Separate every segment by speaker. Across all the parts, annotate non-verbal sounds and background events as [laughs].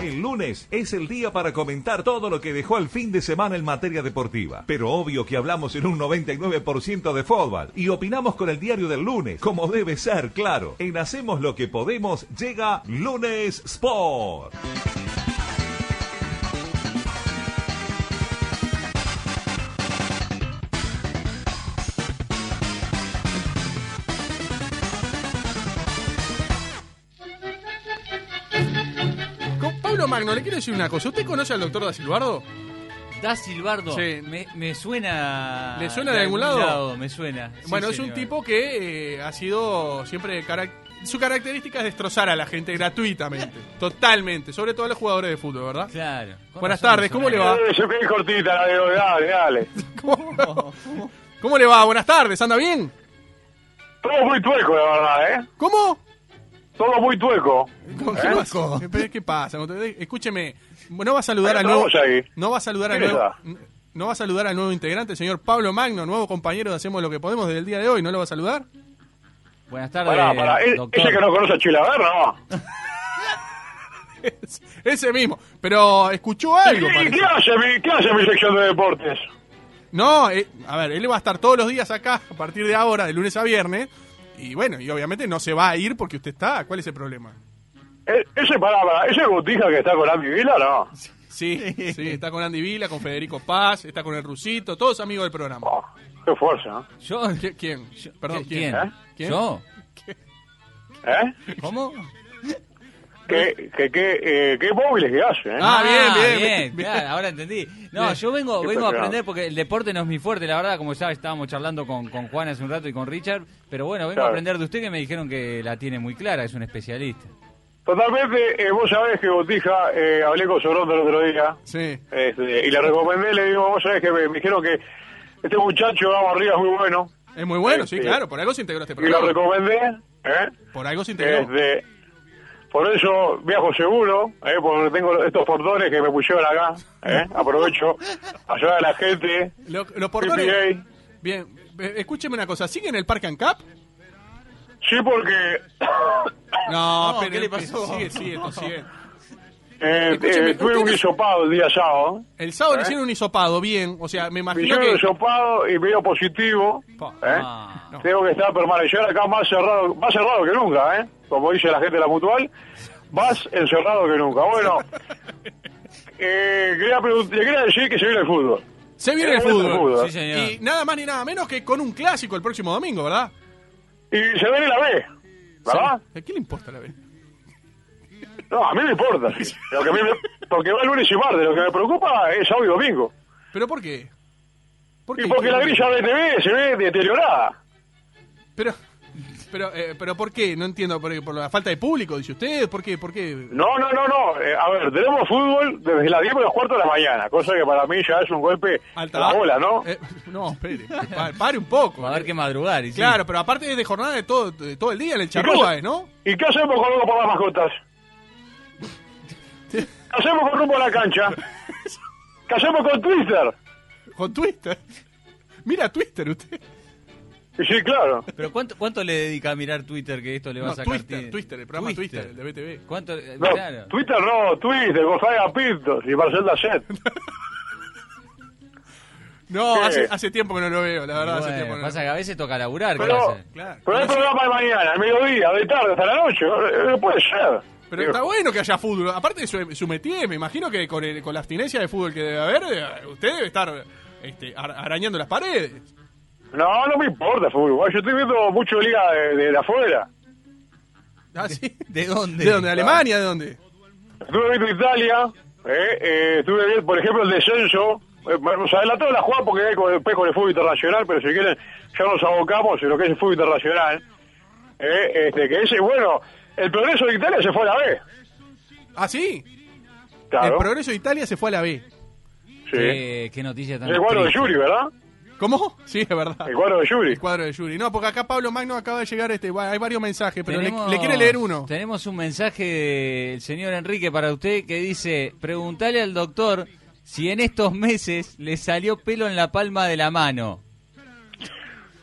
Speaker 1: El lunes es el día para comentar todo lo que dejó el fin de semana en materia deportiva. Pero obvio que hablamos en un 99% de fútbol y opinamos con el diario del lunes, como debe ser, claro. En Hacemos lo que podemos llega Lunes Sport.
Speaker 2: Con Pablo Magno, le quiero decir una cosa. ¿Usted conoce al doctor Da Silvardo?
Speaker 3: Da Silbardo.
Speaker 2: Sí.
Speaker 3: Me, me suena.
Speaker 2: ¿Le suena de algún lado?
Speaker 3: Me suena. Sí,
Speaker 2: bueno, es un
Speaker 3: señor.
Speaker 2: tipo que eh, ha sido siempre. carac- Su característica es destrozar a la gente gratuitamente. totalmente. Sobre todo a los jugadores de fútbol, ¿verdad?
Speaker 3: Claro. Con
Speaker 2: Buenas
Speaker 3: razón me
Speaker 2: tardes, ¿cómo
Speaker 3: suena.
Speaker 2: le va?
Speaker 4: Eh, Yo quedé cortita, la de hoy, dale, dale.
Speaker 2: ¿Cómo, ¿Cómo le va? Buenas tardes, ¿anda bien?
Speaker 4: Todo muy tueco, la verdad, ¿eh?
Speaker 2: ¿Cómo?
Speaker 4: Todo muy tueco.
Speaker 2: ¿Cómo-
Speaker 4: ¿Eh?
Speaker 2: ¿Qué pasa? Pero, ¿Qué pasa? No te- Escúcheme, no va a saludar
Speaker 4: Ahí
Speaker 2: al nuevo.
Speaker 4: estamos, Yagi.
Speaker 2: No va a saludar al
Speaker 4: ¿Quién
Speaker 2: nuevo.
Speaker 4: está?
Speaker 2: n- No va a saludar al nuevo integrante, el señor Pablo Magno, nuevo compañero de Hacemos lo que podemos desde el día de hoy. ¿No lo va a saludar? [laughs]
Speaker 3: Buenas tardes.
Speaker 4: Pará, pará. E-
Speaker 3: doctor.
Speaker 4: Ese que no conoce a Chilaverra, ¿no?
Speaker 2: Ese mismo. Pero escuchó algo.
Speaker 4: ¿Y
Speaker 2: parece.
Speaker 4: qué hace, mi, qué hace mi sección de deportes?
Speaker 2: No, eh, a ver, él va a estar todos los días acá a partir de ahora, de lunes a viernes. Y bueno, y obviamente no se va a ir porque usted está. ¿Cuál es el problema?
Speaker 4: E- ese, pará, pará. ¿Ese botija que está con Andy Vila, no?
Speaker 2: Sí, sí, está con Andy Vila, con Federico Paz, está con el Rusito, todos amigos del programa.
Speaker 4: Oh, qué fuerza, ¿no?
Speaker 3: Yo.
Speaker 2: ¿Qui- ¿Quién?
Speaker 3: yo-
Speaker 2: Perdón,
Speaker 3: ¿qué-
Speaker 2: ¿quién?
Speaker 4: ¿Eh?
Speaker 2: ¿Quién?
Speaker 3: ¿Yo?
Speaker 4: ¿Eh?
Speaker 3: ¿Cómo?
Speaker 4: ¿Qué, qué, qué, eh, qué móviles que hace,
Speaker 2: [laughs]
Speaker 4: ¿eh?
Speaker 2: Pues- Ah, bien, bien, bien.
Speaker 3: claro, ahora entendí. No,
Speaker 2: Bien.
Speaker 3: yo vengo,
Speaker 4: Qué
Speaker 3: vengo a
Speaker 4: pesado.
Speaker 3: aprender porque el deporte no es mi fuerte, la verdad, como ya estábamos charlando con, con Juan hace un rato y con Richard. Pero bueno, vengo a
Speaker 4: Claro.
Speaker 3: aprender de usted que me dijeron que la tiene muy clara, es un especialista.
Speaker 4: Totalmente, eh, vos sabés que Botija, eh, hablé con Sobrón del otro día.
Speaker 2: Sí.
Speaker 4: Este, y le recomendé, le digo, vos sabés que me, me dijeron que este muchacho Gabo Arriba es muy bueno.
Speaker 2: Es muy bueno, sí,
Speaker 4: Este,
Speaker 2: claro, por algo se integró este
Speaker 4: Y lo
Speaker 2: programa.
Speaker 4: recomendé, ¿eh?
Speaker 2: Por algo se integró.
Speaker 4: Este, por eso viajo seguro, ¿eh? porque tengo estos portones que me pusieron acá.
Speaker 2: [laughs]
Speaker 4: ¿eh? Aprovecho a ayudar a la gente.
Speaker 2: Lo- los portones.
Speaker 4: PPA.
Speaker 2: Bien, eh, escúcheme una cosa, ¿siguen el Park and Cup?
Speaker 4: Sí, porque [coughs]
Speaker 2: No,
Speaker 3: No,
Speaker 2: pero-
Speaker 3: ¿qué le pasó?
Speaker 2: Sigue, sigue, esto sigue.
Speaker 4: eh,
Speaker 2: Escúcheme,
Speaker 4: eh, tuve un
Speaker 2: ¿ustedes-
Speaker 4: hisopado el día sábado.
Speaker 2: El sábado le
Speaker 4: ¿Eh?
Speaker 2: hicieron un hisopado, bien. O sea, me
Speaker 4: Me
Speaker 2: imagino
Speaker 4: hicieron
Speaker 2: que.
Speaker 4: un hisopado y me dio positivo.
Speaker 2: Pa-
Speaker 4: ¿eh?
Speaker 3: Ah,
Speaker 2: no.
Speaker 4: Tengo que estar permaneciendo acá más cerrado, más cerrado que nunca, ¿eh? Como dice la gente de la mutual, más encerrado que nunca.
Speaker 2: [laughs]
Speaker 4: Bueno, eh, quería pregun- le quería decir que se viene el fútbol.
Speaker 2: Se viene el
Speaker 4: Se viene el
Speaker 2: fútbol.
Speaker 4: fútbol.
Speaker 3: Sí, señor.
Speaker 2: Y nada más ni nada menos que con un clásico el próximo domingo, ¿verdad?
Speaker 4: Y se viene la B, ¿verdad?
Speaker 2: ¿A quién le importa la vez?
Speaker 4: No, a mí me importa. sí. Lo que a mí me- porque va lunes y martes. Lo que me preocupa es sábado y domingo.
Speaker 2: ¿Pero por qué? ¿Por
Speaker 4: Y porque la grilla de TV se ve deteriorada.
Speaker 2: Pero, pero, eh, pero ¿por qué? No entiendo. ¿Por, por la falta de público, dice usted? ¿Por qué? ¿Por qué?
Speaker 4: No, no, no, no. Eh, a ver, tenemos fútbol desde las 10 menos cuarto de la mañana. Cosa que para mí ya es un golpe
Speaker 2: Alta
Speaker 4: a la bola, ¿no?
Speaker 2: Eh, no, espere. pa- Pare, un poco.
Speaker 3: va a haber que madrugar. Y sí.
Speaker 2: Claro, pero aparte es de jornada de todo, de todo el día en el
Speaker 4: ¿Y qué
Speaker 2: charrúa,
Speaker 4: hace-
Speaker 2: ¿eh? ¿no?
Speaker 4: ¿Y qué hacemos con rumbo por
Speaker 2: [laughs]
Speaker 4: las mascotas? ¿Qué hacemos con rumbo a la cancha? ¿Qué hacemos con Twitter?
Speaker 2: Con Twitter. Mira Twitter usted.
Speaker 4: Y sí, claro.
Speaker 3: ¿Pero cuánto, cuánto le dedica a mirar Twitter que esto le va
Speaker 2: No,
Speaker 3: a sacar?
Speaker 2: Twitter,
Speaker 3: ti-
Speaker 2: Twitter, el programa Twitter, el de BTV.
Speaker 3: ¿Cuánto? eh,
Speaker 4: No,
Speaker 3: claro.
Speaker 4: Twitter no, Twitter, Gonzaga Pintos y Marcel Dacet.
Speaker 2: No,
Speaker 4: Sí.
Speaker 2: hace, hace tiempo que no lo veo, la verdad, hace
Speaker 3: Bueno,
Speaker 2: tiempo que no lo
Speaker 3: pasa que a veces toca laburar. ¿qué
Speaker 4: Pero,
Speaker 3: va a hacer?
Speaker 2: Claro.
Speaker 4: pero el programa de mañana, al mediodía, de tarde, hasta la noche. No, no puede ser.
Speaker 2: Pero
Speaker 4: Digo,
Speaker 2: está bueno que haya fútbol. Aparte de su, su métier, me imagino que con, el- con la abstinencia de fútbol que debe haber, eh, usted debe estar este, ar- arañando las paredes.
Speaker 4: No, no me importa, fútbol. Yo estoy viendo mucho liga de, de, de afuera.
Speaker 2: ¿Ah, sí?
Speaker 3: ¿De dónde?
Speaker 2: ¿De dónde? ¿De Alemania? ¿De dónde?
Speaker 4: Estuve viendo Italia, eh, eh, estuve viendo, por ejemplo, el descenso. Eh, bueno, se adelantó la jugada porque hay con, después con el fútbol internacional, pero si quieren, ya nos abocamos en lo que es el fútbol internacional. Eh, este, que ese, bueno, el progreso de Italia se fue a la B.
Speaker 2: ¿Ah, sí? El
Speaker 4: Claro.
Speaker 2: progreso de Italia se fue a la B.
Speaker 4: sí.
Speaker 3: Qué, qué noticia tan
Speaker 4: El cuadro de
Speaker 3: triste.
Speaker 4: Yuri, ¿verdad?
Speaker 2: ¿Cómo? Sí, es verdad.
Speaker 4: El cuadro de Yuri.
Speaker 2: El cuadro de Yuri. No, porque acá Pablo Magno acaba de llegar, este, va- hay varios mensajes, pero le,
Speaker 3: Tenemos-
Speaker 2: le quiere leer uno.
Speaker 3: Tenemos un mensaje del señor Enrique para usted que dice, preguntale al doctor si en estos meses le salió pelo en la palma de la mano.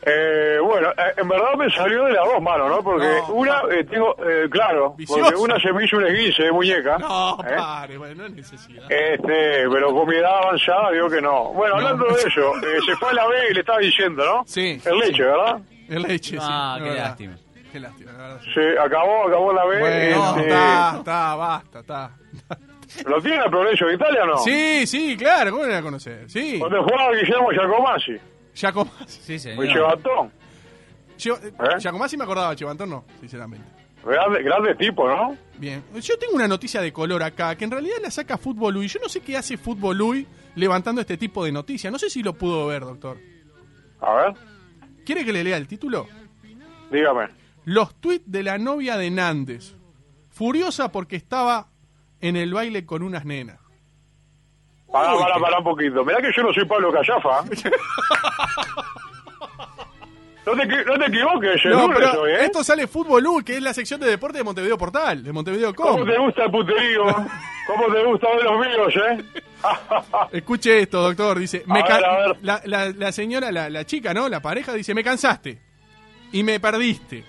Speaker 4: Eh, bueno, eh, en verdad me salió de las dos manos, ¿no? Porque
Speaker 2: No,
Speaker 4: una, eh, tengo, eh, claro, porque
Speaker 2: Vicioso.
Speaker 4: una se me hizo un esguince de muñeca.
Speaker 2: No,
Speaker 4: ¿eh?
Speaker 2: pare, bueno, no hay necesidad.
Speaker 4: Este, pero con mi edad avanzada digo que no. Bueno, hablando de
Speaker 2: [laughs]
Speaker 4: eso, eh, se fue a la B y le estaba diciendo, ¿no?
Speaker 2: Sí.
Speaker 4: El leche, ¿verdad?
Speaker 2: El leche, sí.
Speaker 3: Ah,
Speaker 2: es
Speaker 3: qué
Speaker 2: verdad.
Speaker 3: lástima.
Speaker 2: Qué lástima, la verdad.
Speaker 4: Se acabó, acabó la B.
Speaker 2: Bueno,
Speaker 4: este,
Speaker 2: está, está, basta, está.
Speaker 4: ¿Lo tiene el progreso de Italia o no?
Speaker 2: Sí, sí, claro, ¿cómo no la conocer? Sí,
Speaker 4: Donde jugaba Guillermo Giacomazzi,
Speaker 2: Giacomazzi.
Speaker 3: Sí,
Speaker 4: muy
Speaker 3: señor.
Speaker 4: chevatón.
Speaker 2: Gio- eh, Giacomazzi me acordaba, Chevantón no, sinceramente.
Speaker 4: Grande, grande tipo, ¿no?
Speaker 2: Bien, yo tengo una noticia de color acá, que en realidad la saca Fútbol Uy. Yo no sé qué hace Fútbol Uy levantando este tipo de noticias. No sé si lo pudo ver, doctor.
Speaker 4: A ver,
Speaker 2: ¿Quiere que le lea el título?
Speaker 4: dígame.
Speaker 2: Los tweets de la novia de Nández. Furiosa porque estaba en el baile con unas nenas.
Speaker 4: Pará, pará, pará un poquito. Mirá que yo no soy Pablo Callafa. ¿eh? no, te, equi- no te equivoques, el
Speaker 2: No,
Speaker 4: duro
Speaker 2: pero
Speaker 4: soy, ¿eh?
Speaker 2: esto sale Fútbol Uy, que es la sección de deporte de Montevideo Portal, de Montevideo.com.
Speaker 4: ¿Cómo te gusta el puterío? ¿Cómo te gusta ver los míos, eh?
Speaker 2: Escuche esto, doctor. Dice,
Speaker 4: A
Speaker 2: me
Speaker 4: ver,
Speaker 2: ca-
Speaker 4: a ver.
Speaker 2: La, la- la señora, la, la chica, ¿no? La pareja dice, me cansaste y me perdiste.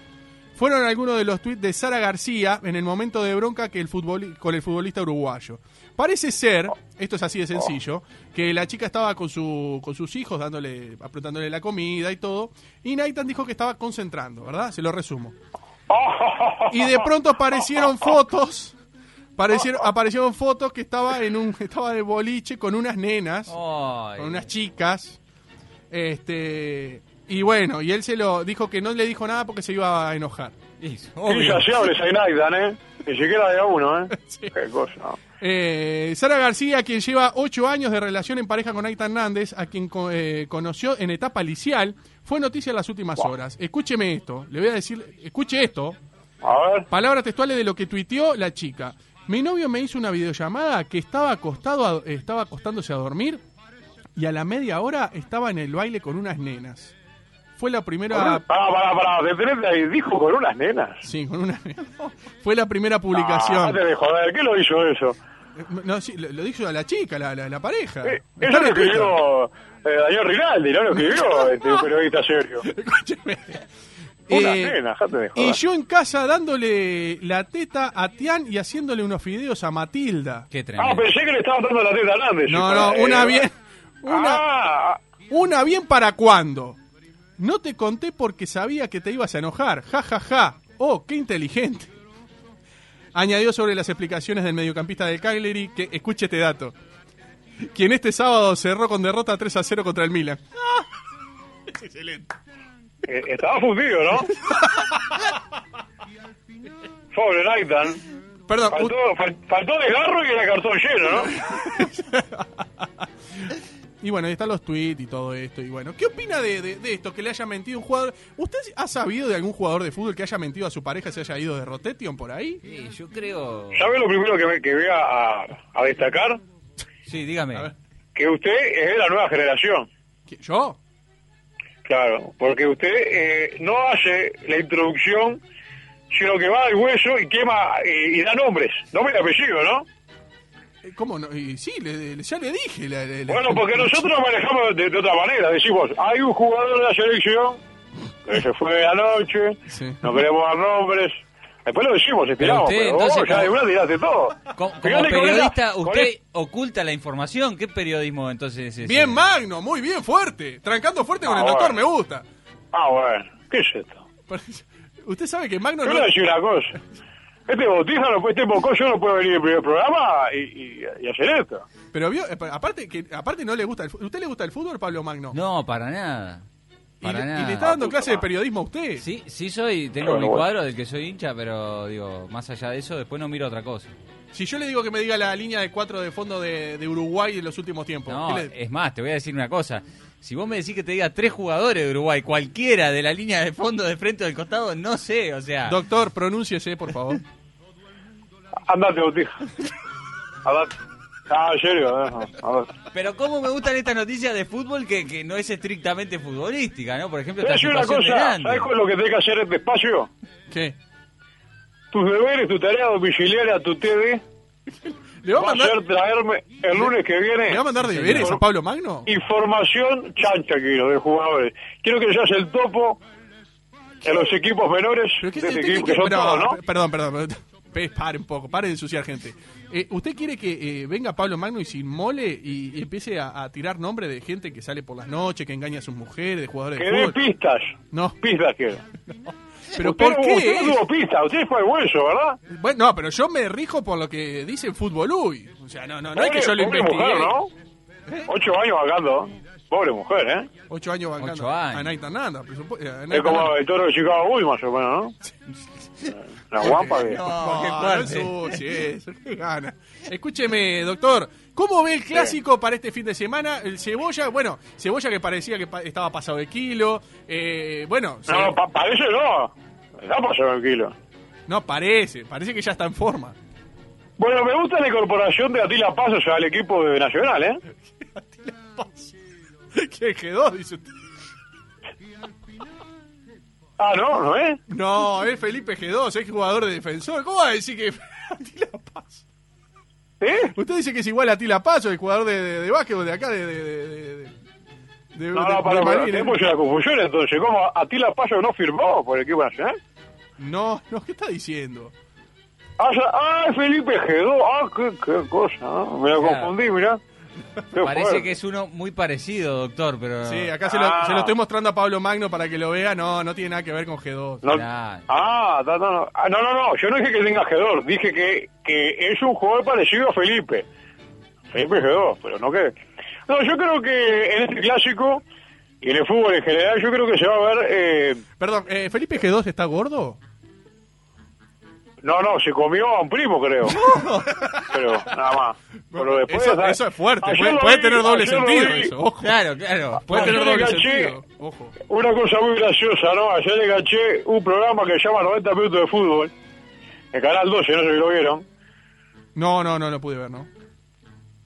Speaker 2: Fueron algunos de los tweets de Sara García en el momento de bronca que el futboli- con el futbolista uruguayo. Parece ser, esto es así de sencillo, que la chica estaba con, su, con sus hijos dándole, apretándole la comida y todo, y Naitan dijo que estaba concentrando, ¿verdad? Se lo resumo. Y de pronto aparecieron fotos, aparecieron, aparecieron fotos que estaba en un estaba de boliche con unas nenas
Speaker 3: Ay.
Speaker 2: con unas chicas. Este, y bueno, y él se lo dijo que no le dijo nada porque se iba a enojar. [laughs]
Speaker 3: Y- obvio.
Speaker 4: Insaciables hay Naidan, ¿eh? Ni siquiera de a uno, ¿eh?
Speaker 2: [laughs] Sí.
Speaker 4: Qué cosa.
Speaker 2: Eh, Sara García, quien lleva ocho años de relación en pareja con Aita Hernández, a quien co- eh, conoció en etapa licial, fue noticia en las últimas horas. Escúcheme esto, le voy a decir, escuche esto,
Speaker 4: A ver,
Speaker 2: palabras textuales de lo que tuiteó la chica. Mi novio me hizo una videollamada que estaba acostado, a- estaba acostándose a dormir y a la media hora estaba en el baile con unas nenas. Fue la primera
Speaker 4: pará, pará, pará, detenete ahí, dijo con unas nenas.
Speaker 2: Sí, con una. [laughs] Fue la primera
Speaker 4: Ah,
Speaker 2: publicación. Eh,
Speaker 4: te de joder, ¿qué lo hizo eso?
Speaker 2: No, sí, lo, lo dijo a la chica, la, la, la pareja.
Speaker 4: Eh,
Speaker 2: Está
Speaker 4: eso lo
Speaker 2: en Twitter.
Speaker 4: escribió eh, Daniel Rinaldi, ¿no? Lo escribió este un periodista serio.
Speaker 2: Escúcheme.
Speaker 4: Una
Speaker 2: [laughs] Eh,
Speaker 4: nena, jate de joder.
Speaker 2: y yo en casa dándole la teta a Tian y haciéndole unos fideos a Matilda.
Speaker 3: Qué
Speaker 4: Ah,
Speaker 2: pues,
Speaker 3: tremendo.
Speaker 4: pensé que le estaba dando la teta a Hernández.
Speaker 2: No,
Speaker 4: chico.
Speaker 2: no,
Speaker 4: Eh,
Speaker 2: una bien. Una,
Speaker 4: Ah,
Speaker 2: una bien para cuándo. No te conté porque sabía que te ibas a enojar. Ja, ja, ja. Oh, qué inteligente. Añadió sobre las explicaciones del mediocampista del Cagliari que, escuche este dato, quien este sábado cerró con derrota 3 a 0 contra el Milan.
Speaker 4: eh, estaba fundido,
Speaker 2: [laughs]
Speaker 4: ¿no? Pobre Naitan.
Speaker 2: Perdón, un-
Speaker 4: Faltó, fal- faltó desgarro y era cartón lleno, ¿no?
Speaker 2: y bueno, ahí están los tweets y todo esto. Y bueno, ¿qué opina de, de- de esto? Que le haya mentido un jugador. ¿Usted ha sabido de algún jugador de fútbol que haya mentido a su pareja y se haya ido de Rotetion por ahí?
Speaker 3: Sí, yo creo.
Speaker 4: ¿Sabe lo primero que, me- que voy a, a- a destacar?
Speaker 3: Sí, dígame.
Speaker 2: A ver.
Speaker 4: Que usted es de la nueva generación.
Speaker 2: ¿Qué- ¿Yo?
Speaker 4: Claro, porque usted eh, no hace la introducción, sino que va al hueso y quema eh, y da nombres, nombre y apellido, ¿no?
Speaker 2: Eh, ¿Cómo no? Y sí, le- le- ya le dije. la- la- la-
Speaker 4: Bueno, porque nosotros manejamos de, de otra manera. Decimos, hay un jugador de la selección que se fue anoche,
Speaker 2: Sí.
Speaker 4: no queremos dar nombres. Después lo decimos, estiramos,
Speaker 3: usted,
Speaker 4: pero, vos
Speaker 3: entonces,
Speaker 4: ya de
Speaker 3: como-
Speaker 4: una tiraste todo.
Speaker 3: Co- Como,
Speaker 4: Fíjate con
Speaker 3: periodista,
Speaker 4: esa- con
Speaker 3: usted
Speaker 4: esa-
Speaker 3: oculta la información. ¿Qué periodismo entonces es ese?
Speaker 2: Bien Magno, muy bien, fuerte. Trancando fuerte con
Speaker 4: Ah,
Speaker 2: el doctor, me
Speaker 4: bueno.
Speaker 2: gusta. [laughs]
Speaker 4: Ah, bueno, ¿qué es esto?
Speaker 2: Parece- Usted sabe que Magno
Speaker 4: Yo le
Speaker 2: no...
Speaker 4: voy a decir una cosa. Este bautiza, no puede, este bocó, yo no puedo venir el primer programa y, y- y hacer esto.
Speaker 2: Pero vio, eh, pa- aparte, que, aparte no le gusta el fútbol. ¿Usted le gusta el fútbol, Pablo Magno?
Speaker 3: No, para nada.
Speaker 2: y,
Speaker 3: Para
Speaker 2: le,
Speaker 3: nada.
Speaker 2: y le está dando
Speaker 4: Puta
Speaker 2: clase de
Speaker 4: madre.
Speaker 2: periodismo a usted.
Speaker 3: Sí, sí soy, tengo
Speaker 4: Pero
Speaker 3: mi
Speaker 4: bueno.
Speaker 3: cuadro del que soy hincha, pero digo, más allá de eso, después no miro otra cosa.
Speaker 2: Si yo le digo que me diga la línea de cuatro de fondo de, de Uruguay de los últimos tiempos.
Speaker 3: No,
Speaker 2: ¿qué le-
Speaker 3: es más, te voy a decir una cosa. Si vos me decís que te diga tres jugadores de Uruguay, cualquiera de la línea de fondo, de frente o del costado, no sé, o sea.
Speaker 2: Doctor, pronúnciese, por favor.
Speaker 4: Andate, bautija. Andate. Ah, en serio, eh, andate.
Speaker 3: Pero cómo me gustan estas noticias de fútbol que, que no es estrictamente futbolística, ¿no? Por ejemplo,
Speaker 4: Te voy a
Speaker 3: esta
Speaker 4: decir una
Speaker 3: situación de
Speaker 4: cosa,
Speaker 3: Nando.
Speaker 4: ¿sabes cuál es lo que tenés que hacer en este espacio?
Speaker 2: ¿Qué?
Speaker 4: Tus deberes, tu tarea domiciliaria, tu TV,
Speaker 2: Le va a
Speaker 4: va a
Speaker 2: mandar-
Speaker 4: ser traerme el lunes que viene.
Speaker 2: ¿Le va a mandar deberes a Pablo Magno?
Speaker 4: Información chancha quiero de jugadores. Quiero que seas el topo en los equipos menores
Speaker 2: ¿Pero qué
Speaker 4: de este
Speaker 2: usted
Speaker 4: equipo,
Speaker 2: cree
Speaker 4: que son
Speaker 2: pero-
Speaker 4: todos, ¿no?
Speaker 2: Perdón, perdón. perdón. Pe- Pare un poco, pare de ensuciar gente. Eh, ¿Usted quiere que eh, venga Pablo Magno y se inmole y, y empiece a, a tirar nombre de gente que sale por las noches, que engaña a sus mujeres, de jugadores
Speaker 4: Que
Speaker 2: de
Speaker 4: dé
Speaker 2: fútbol?
Speaker 4: pistas.
Speaker 2: No.
Speaker 4: Pistas quiero.
Speaker 2: ¿Pero
Speaker 4: Usted
Speaker 2: por
Speaker 4: no-
Speaker 2: qué?
Speaker 4: Usted no tuvo pistas, usted fue el hueso, ¿verdad?
Speaker 2: Bueno, no, pero yo me rijo por lo que dice Fútbol Uy. O sea, no, no, no es que
Speaker 4: Pobre-
Speaker 2: yo lo
Speaker 4: pobre
Speaker 2: investigué.
Speaker 4: mujer, ¿no? Ocho años vagando. Pobre mujer, ¿eh?
Speaker 2: Ocho años bancando
Speaker 3: Ocho años.
Speaker 2: a Naita Nanda. por supuesto, a Naita
Speaker 4: Es como
Speaker 2: Nanda.
Speaker 4: el toro de Chicago Bulls, más o menos, ¿no? La guapa que...
Speaker 3: No,
Speaker 2: Ah,
Speaker 3: qué
Speaker 2: [laughs] no
Speaker 3: fuerte.
Speaker 2: ensucie eso, qué gana. Escúcheme, doctor, ¿cómo ve el clásico para este fin de semana? El cebolla, bueno, cebolla que parecía que pa- estaba pasado de kilo. eh, bueno, se-
Speaker 4: No, pa- parece no. Está pasando el kilo.
Speaker 2: no parece, parece que ya está en forma. [laughs]
Speaker 4: Bueno, me gusta la incorporación de Atila Paz, o sea, al equipo de Nacional, ¿eh?
Speaker 2: ¿Qué quedó? Dice usted.
Speaker 4: Ah, no, ¿no es?
Speaker 2: No, es Felipe G2, es jugador de defensor. ¿Cómo va a decir que [laughs] Atila Paz?
Speaker 4: ¿Eh?
Speaker 2: Usted dice que es igual a Atila Paz, el jugador de, de, de básquetbol de acá, de. de, de, de- de-
Speaker 4: No,
Speaker 2: de- ¿eh?
Speaker 4: no, para,
Speaker 2: de
Speaker 4: para,
Speaker 2: Marina.
Speaker 4: tenemos una confusión entonces. ¿Cómo Atila Paso no firmó por el equipo nacional?
Speaker 2: No, no, ¿qué está diciendo?
Speaker 4: Ah, ya- ah, Felipe G2, ah, qué, qué cosa, ¿no? me la
Speaker 3: Claro.
Speaker 4: confundí, mirá. Qué
Speaker 3: Parece
Speaker 4: fuerte.
Speaker 3: que es uno muy parecido, doctor, pero.
Speaker 2: Sí, acá se, lo,
Speaker 4: Ah.
Speaker 2: se lo estoy mostrando a Pablo Magno para que lo vea. No, no tiene nada que ver con G2.
Speaker 4: No-
Speaker 3: Claro.
Speaker 4: Ah, no, no, no. Ah, no, no, no, yo no dije que tenga G2, dije que, que es un jugador parecido a Felipe. Felipe G2, pero no que... No, yo creo que en este clásico, y en el fútbol en general, yo creo que se va a ver... Eh,
Speaker 2: Perdón, eh, ¿Felipe G2 está gordo?
Speaker 4: No, no, se comió a un primo, creo. [laughs] Pero, nada más. Pero después,
Speaker 2: eso,
Speaker 4: ¿sabes?
Speaker 2: eso es fuerte.
Speaker 4: Ayer
Speaker 2: Puede,
Speaker 4: lo
Speaker 2: puede
Speaker 4: vi,
Speaker 2: tener doble
Speaker 4: ayer lo
Speaker 2: sentido
Speaker 4: vi. Ah,
Speaker 2: eso, ojo.
Speaker 3: Claro, claro.
Speaker 2: Puede
Speaker 4: Ayer
Speaker 2: tener doble
Speaker 4: enganché.
Speaker 2: sentido. Ojo.
Speaker 4: Una cosa muy graciosa, ¿no? Ayer le enganché un programa que se llama 90 minutos de fútbol. El canal 12, no sé si lo vieron.
Speaker 2: No, no, no, no pude ver, ¿no?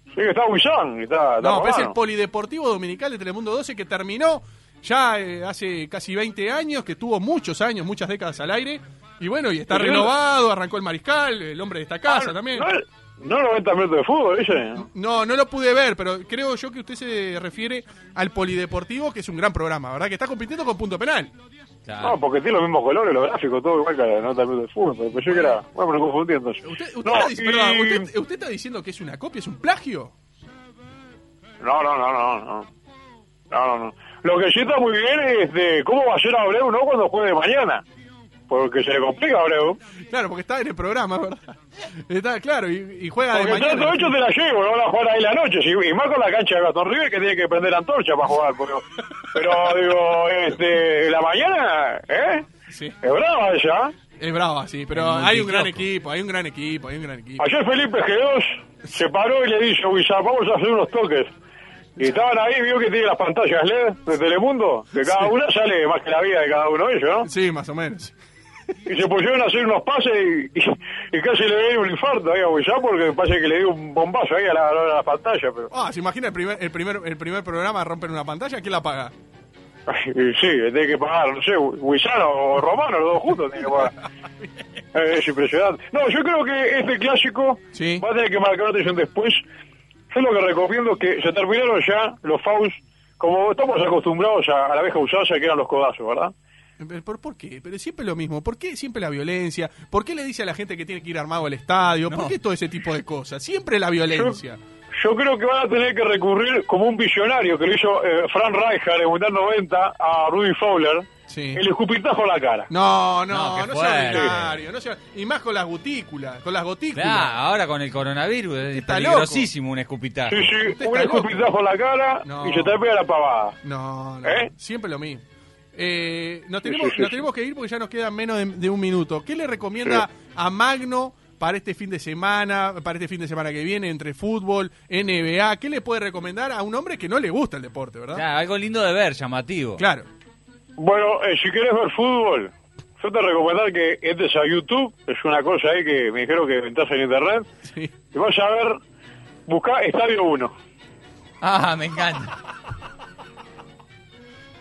Speaker 4: Sí, que está Huizán, está, está
Speaker 2: No, pero es el
Speaker 4: Romano.
Speaker 2: Polideportivo Dominical de Telemundo 12 que terminó ya eh, hace casi 20 años, que tuvo muchos años, muchas décadas al aire. Y bueno, y está
Speaker 4: Pero yo-
Speaker 2: renovado, arrancó el mariscal, el hombre de esta casa también.
Speaker 4: Ah, No, no 90 minutos de fútbol, ese.
Speaker 2: No, no lo pude ver, pero creo yo que usted se refiere al Polideportivo, que es un gran programa, ¿verdad? Que está compitiendo con Punto Penal. Ah.
Speaker 3: claro.
Speaker 4: No, porque tiene los mismos colores, los gráficos, todo igual que la 90 minutos de fútbol. Pero pensé que era... Bueno, me lo confundí entonces.
Speaker 2: ¿Usted, usted
Speaker 4: No,
Speaker 2: está, dic-
Speaker 4: y-
Speaker 2: perdón, usted- usted está diciendo que es una copia, es un plagio?
Speaker 4: No, no, no, no, no. No, no, no. Lo que sí está muy bien es de cómo va a ser Abreu, ¿no? Cuando juegue mañana. Porque se le complica a Abreu.
Speaker 2: Claro, porque está en el programa, ¿verdad? Está claro, y, y juega Ah, de
Speaker 4: Porque
Speaker 2: mañana.
Speaker 4: tanto hecho te la llevo, no van a jugar ahí la noche. sí, y más con la cancha de Gastón River que tiene que prender antorcha para jugar. Pero, pero digo, este, la mañana, ¿eh?
Speaker 2: Sí.
Speaker 4: Es brava ella.
Speaker 2: Es brava, sí, pero
Speaker 3: Es muy
Speaker 2: hay un gran
Speaker 3: loco.
Speaker 2: equipo, hay un gran equipo, hay un gran equipo.
Speaker 4: Ayer Felipe G2 se paró y le dice, Wissam, vamos a hacer unos toques. Y estaban ahí, vio que tiene las pantallas LED de Telemundo, que cada una sale más que la vida de cada uno de ellos, ¿no?
Speaker 2: Sí, más o menos.
Speaker 4: Y se pusieron a hacer unos pases y, y- y casi le dio un infarto ahí a Huizá porque parece que le dio un bombazo ahí a la, a la pantalla. Pero, [laughs]
Speaker 2: Ah, se imagina el primer, el primer, el primer programa romper una pantalla, ¿quién la paga?
Speaker 4: y sí, le tiene que pagar, no sé, Huizá o Romano, los dos juntos tienen que pagar. Eh, es impresionante. No, yo creo que este clásico
Speaker 2: Sí.
Speaker 4: va a tener que marcar atención después. Yo lo que recomiendo es que se terminaron ya los fouls, como estamos acostumbrados a, a la vieja usanza que eran los codazos, ¿verdad?
Speaker 2: Pero, ¿Por, por qué? Pero siempre lo mismo. ¿Por qué siempre la violencia? ¿Por qué le dice a la gente que tiene que ir armado al estadio? ¿Por
Speaker 3: No.
Speaker 2: qué todo ese tipo de cosas? Siempre
Speaker 3: [laughs]
Speaker 2: la violencia.
Speaker 4: Yo creo que van a tener que recurrir como un visionario que lo hizo eh, Frank Rijkaard en 1990 a Rudy Fowler,
Speaker 2: Sí.
Speaker 4: el escupitajo a la cara.
Speaker 2: No,
Speaker 3: No,
Speaker 2: no, no, sea
Speaker 3: qué fuerte.
Speaker 2: ordinario. No sea, y más con las gotículas, con las gotículas.
Speaker 3: Claro, ahora con el coronavirus es
Speaker 2: Está
Speaker 3: peligrosísimo un escupitajo.
Speaker 4: Sí, sí, un
Speaker 2: está loco.
Speaker 4: escupitajo a la cara
Speaker 2: No.
Speaker 4: y se te pega la pavada.
Speaker 2: No, no,
Speaker 4: ¿Eh?
Speaker 2: siempre lo mismo. Eh, nos,
Speaker 4: Sí,
Speaker 2: tenemos,
Speaker 4: sí, sí,
Speaker 2: nos
Speaker 4: sí.
Speaker 2: tenemos que ir porque ya nos queda menos de, de un minuto. ¿Qué le recomienda a Magno para este fin de semana, para este fin de semana que viene, entre fútbol, NBA? ¿Qué le puede recomendar a un hombre que no le gusta el deporte, verdad?
Speaker 3: Claro, algo lindo de ver, llamativo.
Speaker 2: Claro. [laughs]
Speaker 4: Bueno, eh, si quieres ver fútbol, yo te recomendar que entres a YouTube, es una cosa ahí que me dijeron que entras en internet,
Speaker 2: Sí.
Speaker 4: y vas a ver, buscá Estadio 1.
Speaker 3: Ah, me encanta.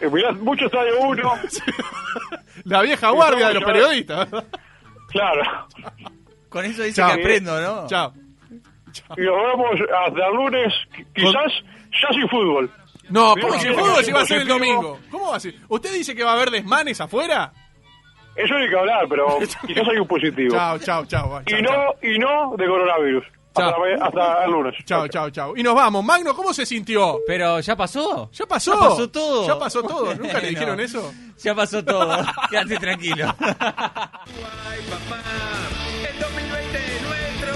Speaker 4: Eh, mirá mucho Estadio
Speaker 2: [laughs]
Speaker 4: 1,
Speaker 2: La vieja guardia de los periodistas. ¿verdad?
Speaker 4: claro.
Speaker 3: Con eso dice
Speaker 2: Chao.
Speaker 3: que aprendo, ¿no?
Speaker 2: Chao.
Speaker 4: y nos vemos hasta el lunes, qui- quizás ya sin fútbol.
Speaker 2: No,
Speaker 4: Pero
Speaker 2: ¿cómo
Speaker 4: si
Speaker 2: sin
Speaker 4: el
Speaker 2: fútbol si va a
Speaker 4: equipo
Speaker 2: ser el
Speaker 4: se pierde.
Speaker 2: domingo? ¿Cómo va a ser? ¿Usted dice que va a haber desmanes afuera?
Speaker 4: Eso hay que hablar,
Speaker 2: [laughs]
Speaker 4: pero quizás hay un positivo.
Speaker 2: Chao, chao, chao. va,
Speaker 4: y
Speaker 2: chao,
Speaker 4: no, y no de coronavirus. Hasta,
Speaker 2: Chao.
Speaker 4: la- hasta el lunes.
Speaker 2: Chao, chao, chao. Y nos vamos. Magno, ¿cómo se sintió?
Speaker 3: Pero ya pasó.
Speaker 2: Ya pasó.
Speaker 3: Ya pasó todo.
Speaker 2: Ya pasó todo. ¿Nunca le
Speaker 3: Bueno.
Speaker 2: dijeron eso?
Speaker 3: Ya pasó todo. [laughs] Quédate tranquilo.
Speaker 5: Ay, papá, el 2020 es nuestro.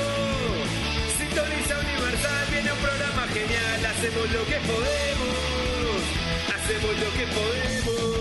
Speaker 5: Sintoniza Universal, viene un programa genial. Hacemos lo que podemos. Hacemos lo que podemos.